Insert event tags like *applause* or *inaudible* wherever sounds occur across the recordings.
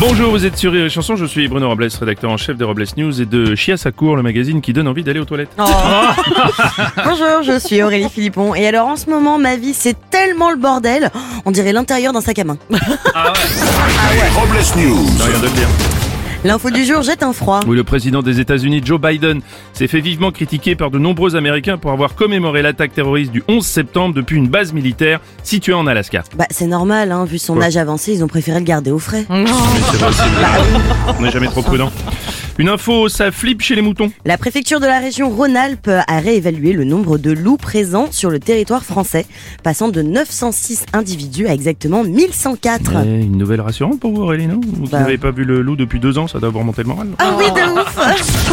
Bonjour, vous êtes sur Rire et Chanson, je suis Bruno Robles, rédacteur en chef des Robles News et de Chiasse à court, le magazine qui donne envie d'aller aux toilettes. Oh. *laughs* Bonjour, je suis Aurélie Philippon. Et alors en ce moment, ma vie, c'est tellement le bordel, on dirait l'intérieur d'un sac à main. Ah Les Robles News. Rien de le dire. L'info du jour jette un froid. Oui, le président des États-Unis, Joe Biden, s'est fait vivement critiquer par de nombreux Américains pour avoir commémoré l'attaque terroriste du 11 septembre depuis une base militaire située en Alaska. Bah c'est normal, hein, vu son âge avancé, ils ont préféré le garder au frais. Mm. On n'est jamais trop prudent. Une info, ça flippe chez les moutons. La préfecture de la région Rhône-Alpes a réévalué le nombre de loups présents sur le territoire français, passant de 906 individus à exactement 1104. Eh, une nouvelle rassurante pour vous, Aurélie, non Vous qui Bah. n'avez pas vu le loup depuis deux ans, ça doit vous remonter le moral. Ah oui, *laughs* de ouf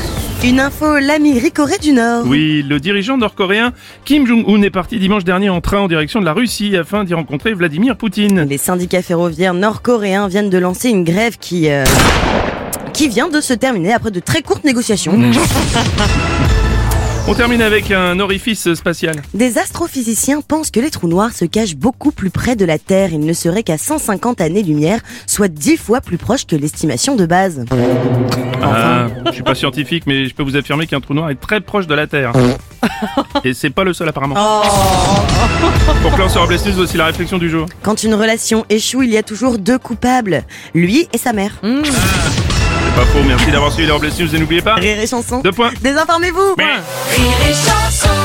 *laughs* Une info, l'ami Ricoré du Nord. Oui, le dirigeant nord-coréen Kim Jong-un est parti dimanche dernier en train en direction de la Russie afin d'y rencontrer Vladimir Poutine. Les syndicats ferroviaires nord-coréens viennent de lancer une grève qui... euh, qui vient de se terminer après de très courtes négociations. On termine avec un orifice spatial. Des astrophysiciens pensent que les trous noirs se cachent beaucoup plus près de la Terre. Ils ne seraient qu'à 150 années-lumière, soit 10 fois plus proche que l'estimation de base. Ah, je suis pas scientifique, mais je peux vous affirmer qu'un trou noir est très proche de la Terre. Et c'est pas le seul apparemment. Pour clore sur Robles News, voici la réflexion du jour. Quand une relation échoue, il y a toujours deux coupables, lui et sa mère. C'est pas faux, merci d'avoir suivi les Robles News et n'oubliez pas, Rire et chanson. deux points. Désinformez-vous Rire et chanson